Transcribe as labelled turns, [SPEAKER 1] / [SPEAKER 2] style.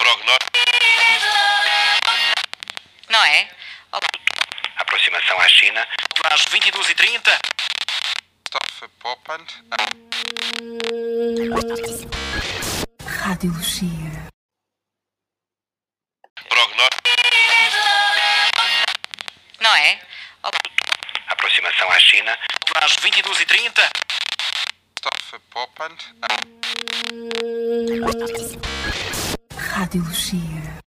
[SPEAKER 1] prognóstico.
[SPEAKER 2] Não é?
[SPEAKER 1] Aproximação à China.
[SPEAKER 3] Às 22h30.
[SPEAKER 4] Stoffe Poppand.
[SPEAKER 5] Radiologia.
[SPEAKER 1] Prognóstico.
[SPEAKER 2] Não é?
[SPEAKER 1] Aproximação à China.
[SPEAKER 3] Às 22h30.
[SPEAKER 4] Stoffe Poppand.
[SPEAKER 5] Radiologia.